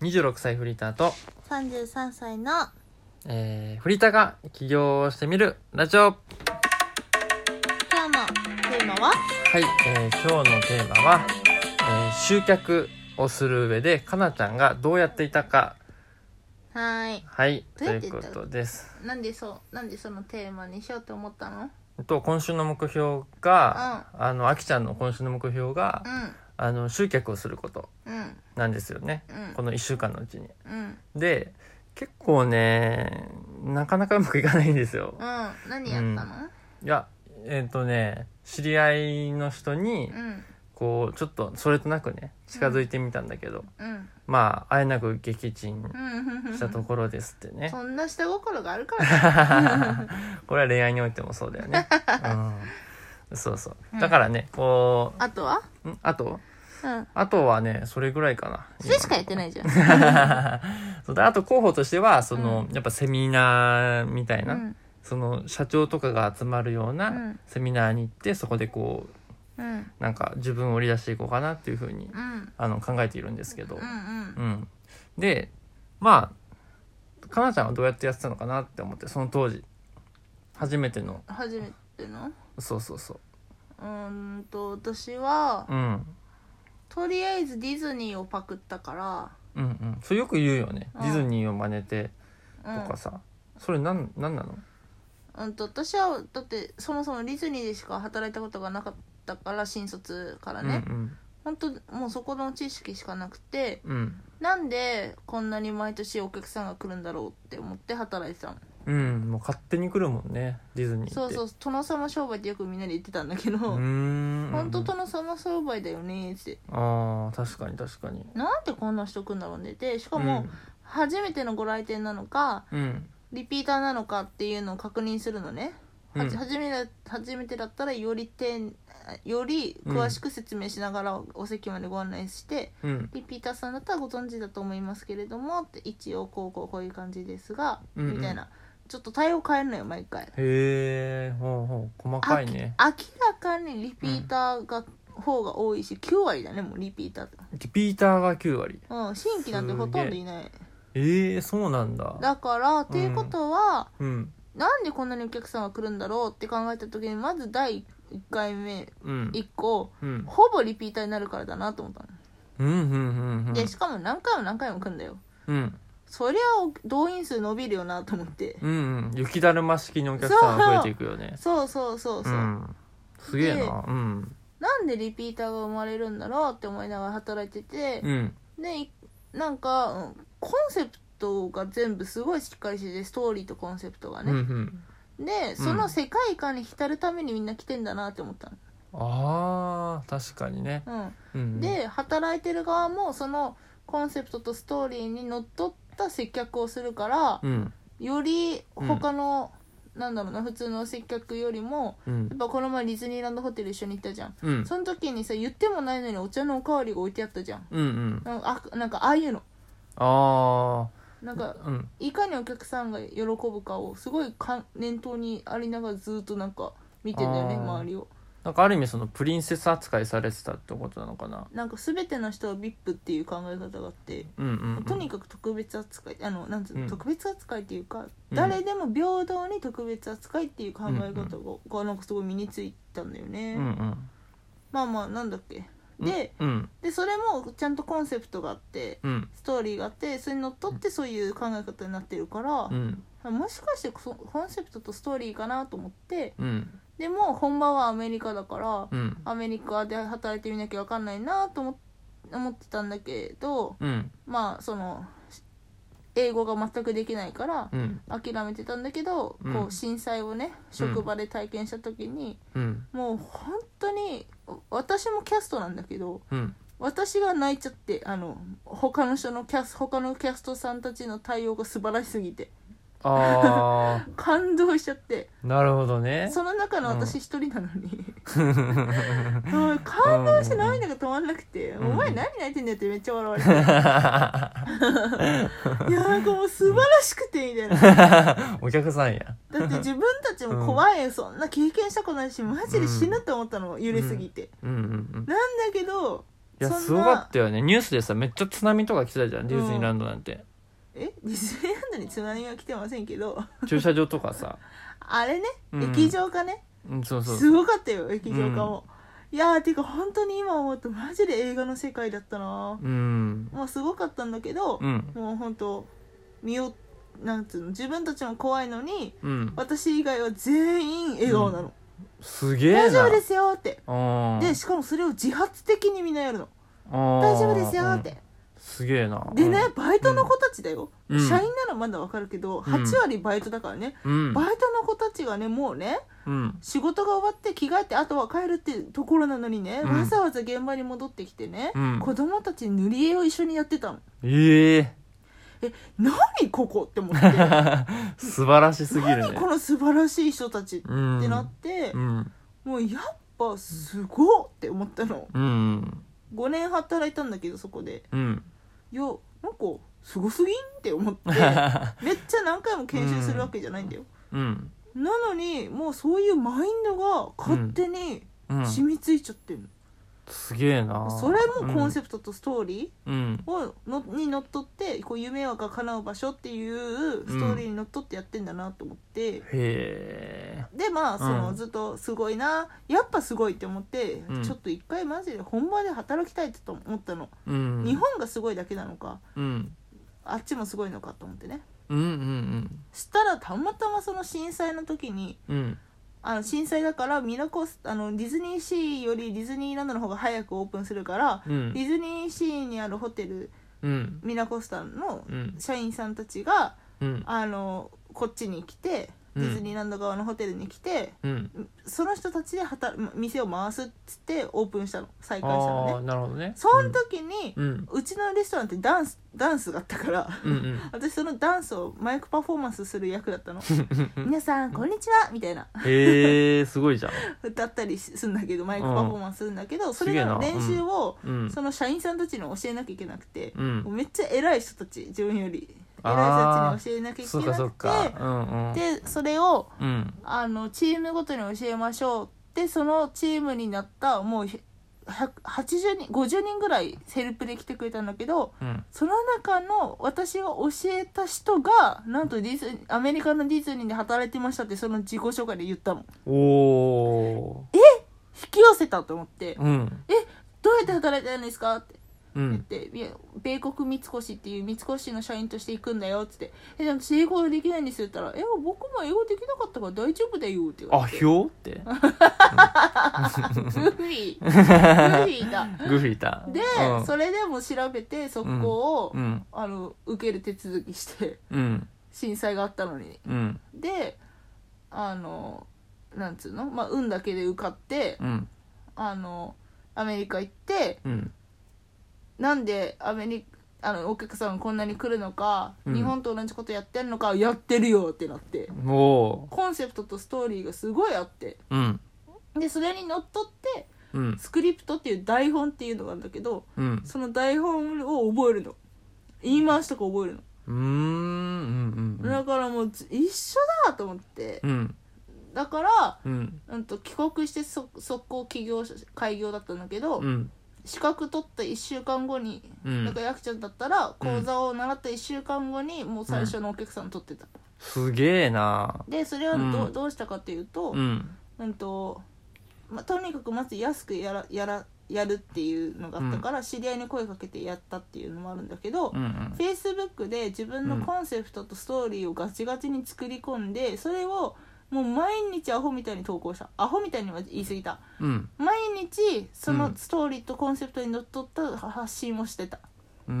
26歳フリーターと、 33歳のえー、フリーターが起業してみるラジオ今日のテーマははい、えー今日のテーマは、えー集客をする上でかなちゃんがどうやっていたかはーいはいとどいうやってういたことですなんでそうなんでそのテーマにしようと思ったのえっと今週の目標が、あのあきちゃんの今週の目標が、うあの集客をすることんうんなんですよね、うんこの1週間のうちにうんで結構ねなかなかうまくいかないんですようん何やったのいやえっ、とね知り合いの人にうんこうちょっとそれとなくね近づいてみたんだけど、うんまああえなく撃沈うんしたところですってねそんな下心があるからね これは恋愛においてもそうだよ ね、うん、そうそううんだからねこあとはう、ん、あとうんあとはねそれぐらいかなそれしかやってないじゃん そうだあと候補としてはその、やっぱセミナーみたいな、うんその社長とかが集まるよううなんセミナーに行ってそこでこううんなんか自分を売り出していこうかなっていうふうに、うんあの考えているんですけど、うんうんうんでまあかなちゃんはどうやってやってたのかなって思ってその当時初めての初めてのそうそうそううーんと私はうんとりあえずディズニーをパクったかうんうんそれよく言うよね、うんディズニーを真似てとら、うんか、さ、それなんなんなのうんと私はだってそもそもディズニーでしか働いたことがなかったから新卒からね、うんほんともうそこの知識しかなくてうんうんなんでこんなに毎年お客さんが来るんだろうって思って働いてたのうんもう勝手に来るもんねディズニーってそうそうう殿様商売ってよくみんなで言ってたんだけど、うーんほんと殿様商売だよねってああ確かに確かになんでこんな人来るんだろうねってしかも初めてのご来店なのかうん、うんリピーターなのかっていうのを確認するのね、はうんじ初めだ初めてだったらより丁より詳しく説明しながらお席までご案内して、うんリピーターさんだったらご存知だと思いますけれどもって一応こうこうこういう感じですが、うんうんみたいなちょっと対応変えるのよ毎回、へえほうほう細かいね明らかにリピーターが、方が多いし9割だねもうリピーターとか、リピーターが9割うん、新規なんてほとんどいないええそうなんだだからっていうことは、うんなんでこんなにお客さんが来るんだろうって考えた時にまず第1回目うん1個うんほぼリピーターになるからだなと思ったの、うんうんうんうんでしかも何回も何回も来るんだようんそりゃ動員数伸びるよなと思って、うんうん雪だるま式にお客さんが増えていくよねそうそうそうそう、ん、すげえなうんなんでリピーターが生まれるんだろうって思いながら働いててう、んでいなんか、うんコンセプトが全部すごいしっかりしててストーリーとコンセプトがうんうね、んでその世界観に浸るためにみんな来てんだなって思ったあー確かにね、のうんうん、で働いてる側もそのコンセプトとストーリーにのっとった接客をするからうんより他の、なんだろうな普通の接客よりもうやっんぱこの前ディズニーランドホテル一緒に行ったじゃんうんその時にさ言ってもないのにお茶のおかわりが置いてあったじゃんうんうんなんかあなんかああいうのあなんかーうんいかにお客さんが喜ぶかをすごいかん念頭にありながらずっとなんか見てんだよねあー周りをなんかある意味そのプリンセス扱いされてたってことなのかななんか全ての人は VIP っていう考え方があってうんうん、うん、とにかく特別扱いあのなんつうの、うん特別扱いっていうか、うん誰でも平等に特別扱いっていう考え方が,、うがなんかすごい身についたんだよね、うんうんまあまあなんだっけで,、うんでそれもちゃんとコンセプトがあってうんストーリーがあってそれにのっとってそういう考え方になってるからう、んもしかしてそコンセプトとストーリーかなと思ってうんでも本場はアメリカだから、うんアメリカで働いてみなきゃ分かんないなと思っ思ってたんだけど、うんまあその英語が全くできないからうん諦めてたんだけど、うんこう震災をね職場で体験した時に、うんもう本当に私もキャストなんだけどうん私が泣いちゃってあの他の人のキャス他のキャストさんたちの対応が素晴らしすぎてあ感動しちゃって あなるほどね その中の私一人なのに、うん もう感動して涙が止まんなくて「うんお前何泣いてんだよ」ってめっちゃ笑われて いやなんかもう素晴らしくてみたいな。 お客さんやだって自分たちも怖いよ、そんな経験したことないしマジで死ぬと思ったの揺れすぎて、うんうんなんだけどいやそんなすごかったよねニュースでさめっちゃ津波とか来てたじゃんディズニーランドなんて、えディズニーランドに津波は来てませんけど 駐車場とかさ、あれね、うん液状化ねうん、そうそうすごかったよ液状化も、いやーていうか本当に今思うとマジで映画の世界だったな、うんもうすごかったんだけど、うんもう本当身をなんつうの自分たちも怖いのにうん私以外は全員笑顔なの、すげえな大丈夫ですよってうんでしかもそれを自発的にみんなやるの大大丈夫ですよって、すげえなでね、バイトの子たちだよ、うん社員ならまだわかるけど、8割バイトだからね、うんバイトの子たちがねもうねうん仕事が終わって着替えてあとは帰るってところなのにね、うんわざわざ現場に戻ってきてね、うん子供たち塗り絵を一緒にやってたのえええ何ここって思って 何素晴らしすぎるねこの素晴らしい人たちってうんなってう、んもうやっぱすごっって思ったのうん5年働いたんだけどそこでうんいやなんかすごすぎんって思って めっちゃ何回も研修するわけじゃないんだよ、うんなのにもうそういうマインドが勝手にうん染みついちゃってる、すげえなそれもコンセプトとストーリうんーをのにのっとってこう夢はが叶う場所っていうストーリーにのっとってやってんだなと思って、へでまあその、うんずっとすごいなやっぱすごいって思って、うんちょっと一回マジで本場で働きたいってと思ったの、えうん日本がすごいだけなのかうんあっちもすごいのかと思ってねうんうんしたらたまたまその震災の時にうんうんあの震災だからミラコスあのディズニーシーよりディズニーランドの方が早くオープンするから、うデんィズニーシーにあるホテルうんミラコスタのうん社員さんたちが、うんあのこっちに来てディズニーランド側のホテルに来て、うんその人たちで働店を回すっつってオープンしたの再開したああのねなるほどねその時に、うんうんうちのレストランってダンスダンスがあったから、うん私そのダンスをマイクパフォーマンスする役だっ たのうん皆さんこんにちはみたいなへえすごいじゃん歌ったりするんだけどマイクパフォーマンスするんだけど、それすのげえ練な習を、うんその社員さんたちに教えなきゃいけなくて、うんめっちゃ偉い人たち自分より偉いあー人たちに教えなきゃいけそうかなそうくてかうんでそれをうんうんあのチームごとに教えましょうでそのチームになったもうひ100 80人50人ぐらいヘルプで来てくれたんだけどうんその中の私が教えた人がなんとディズニーアメリカのディズニーで働いてましたってその自己紹介で言ったのおお引き寄せたと思ってーうん「どうやって働いてるんですか?」ってう言っんて「いや米国三越っていう三越の社員として行くんだよ」っつって「えでも私英語できないんです」って言ったら「え僕も英語できなかったから大丈夫だよ」って言わあれてひょうってグ フィーグフィーだグフィーいたで、うんそれでも調べて速攻を、うんあの受ける手続きしてうん震災があったのにうんであのなんつうの、まあ、運だけで受かってうんあのアメリカ行ってうんなんでアメリあのお客さんがこんなに来るのか、うん日本と同じことやってんのかやってるよってなっておおコンセプトとストーリーがすごいあってーうんでそれにのっとってうんスクリプトっていう台本っていうのがあるんだけどうんうその台本を覚えるの言い回しとか覚えるの、ーんうんうんだからもうず一緒だと思ってうんだから、うんうん、と帰国してそ速攻起業し開業だったんだけど、うん資格取った1週間後に、うんなんかやくちゃんだったら講座を習った1週間後にもう最初のお客さん取ってた、すげえなでそれはど,、ううどうしたかっていうと、ううんんとまあ、とにかくまず安くやらやらやるっていうのがあったから、知り合いに声かけてやったっていうのもあるんだけど、うんうんフェイスブックで自分のコンセプトとストーリーをガチガチに作り込んで、それをもう毎日アホみたいに投稿したアホみたいには言い過ぎたうん毎日そうのんストーリーとコンセプトにのっとった発信をしてた、うー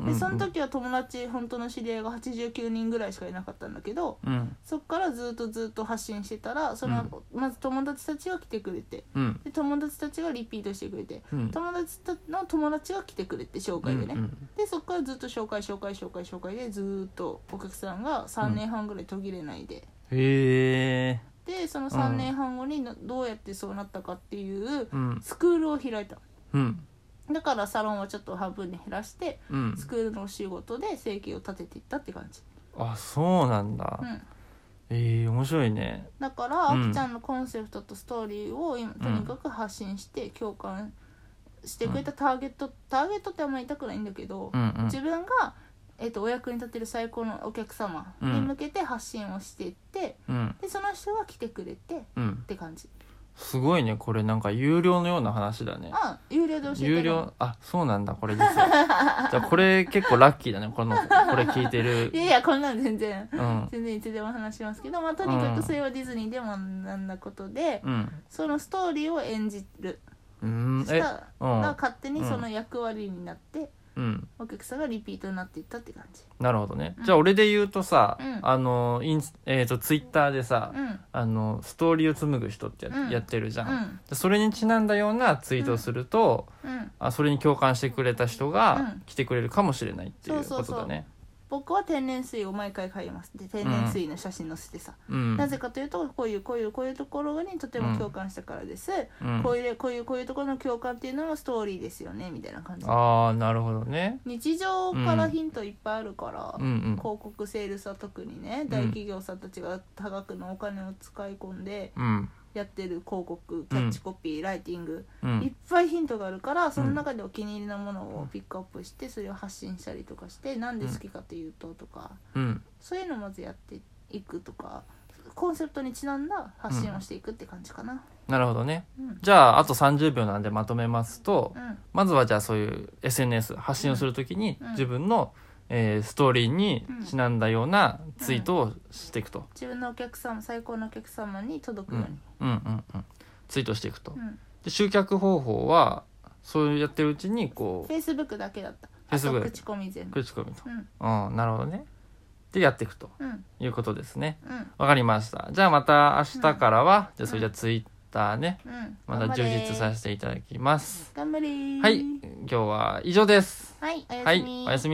んでその時は友達本当の知り合いが89人ぐらいしかいなかったんだけどうんそっからずっとずっと発信してたらその、まず友達たちが来てくれてうんで友達たちがリピートしてくれてうん友達たの友達が来てくれて紹う介んでね、うんでそこからずっと紹介紹介紹介紹介でずーっとお客さんが3年半ぐらい途切れないで、へえでその3年半後にのどうやってそうなったかっていううんスクールを開いたうんだからサロンはちょっと半分に減らしてうんスクールのお仕事で生計を立てていったって感じ、あそうなんだうん、ええ面白いねだからあうんきちゃんのコンセプトとストーリーを今とにかく発信して共感してくれたターゲット、ターゲットってあんまり言いたくないんだけど、うんうん自分が、えっとお役に立てる最高のお客様に向けて発信をしていって、うんでその人が来てくれてっうんて感じすごいねこれなんか有料のような話だねあ有料で教えて有料あそうなんだこれ実は じゃあこれ結構ラッキーだねこのこれ聞いてるいやいやこんなの全然うん全然いつでも話しますけど、まあ、とにかくそれはディズニーでも学んだことで、うんそのストーリーを演じるうんしえたうがん勝手にその役割になって、うんお客さんがリピートになっていったって感じなるほどねじゃあ俺で言うとさ、うんあのインスえっ、とツイッターでさ、うんあのストーリーを紡ぐ人ってや,、うんやってるじゃん、うんでそれにちなんだようなツイートをすると、うんあそれに共感してくれた人うがん来てくれるかもしれないっていうそうそこうとそうだね僕は天然水を毎回買いますで天然水の写真載せてさ、うんなぜかというとこういうこういうこういうところにとても共感したからです、うんこういうこういうこういうところの共感っていうのもストーリーですよねみたいな感じああなるほどね日常からヒントいっぱいあるから、うんうん広告セールスは特にね大企業さんたちが多額のお金を使い込んでうんやってる広告キャッチコピー、ライティング、ういっんぱいヒントがあるからその中でお気に入りのものをピックアップしてそれを発信したりとかしてなんで好きかというととかうんそういうのをまずやっていくとかコンセプトにちなんだ発信をしていくって感じかな。なるほどねうんじゃああと30秒なんでまとめますと、うんまずはじゃあそういう SNS 発信をするときにうん自分の、えーストーリーにちなんだようなツイートをしていくと、自分のお客様最高のお客様に届くように、うん、うんうんツイートしていくと、うんで集客方法はそうやってるうちにこ Facebook だけだったあと Facebook だけ口コミ全う部口コミと、うんうん、なるほどねでやっていくとうんいうことですねうんわかりましたじゃあまた明日からは、じゃあそれじゃあツイッターねうんまた充実させせていただきます頑張れーはい今日は以上ですはいおやはすいみおやすみ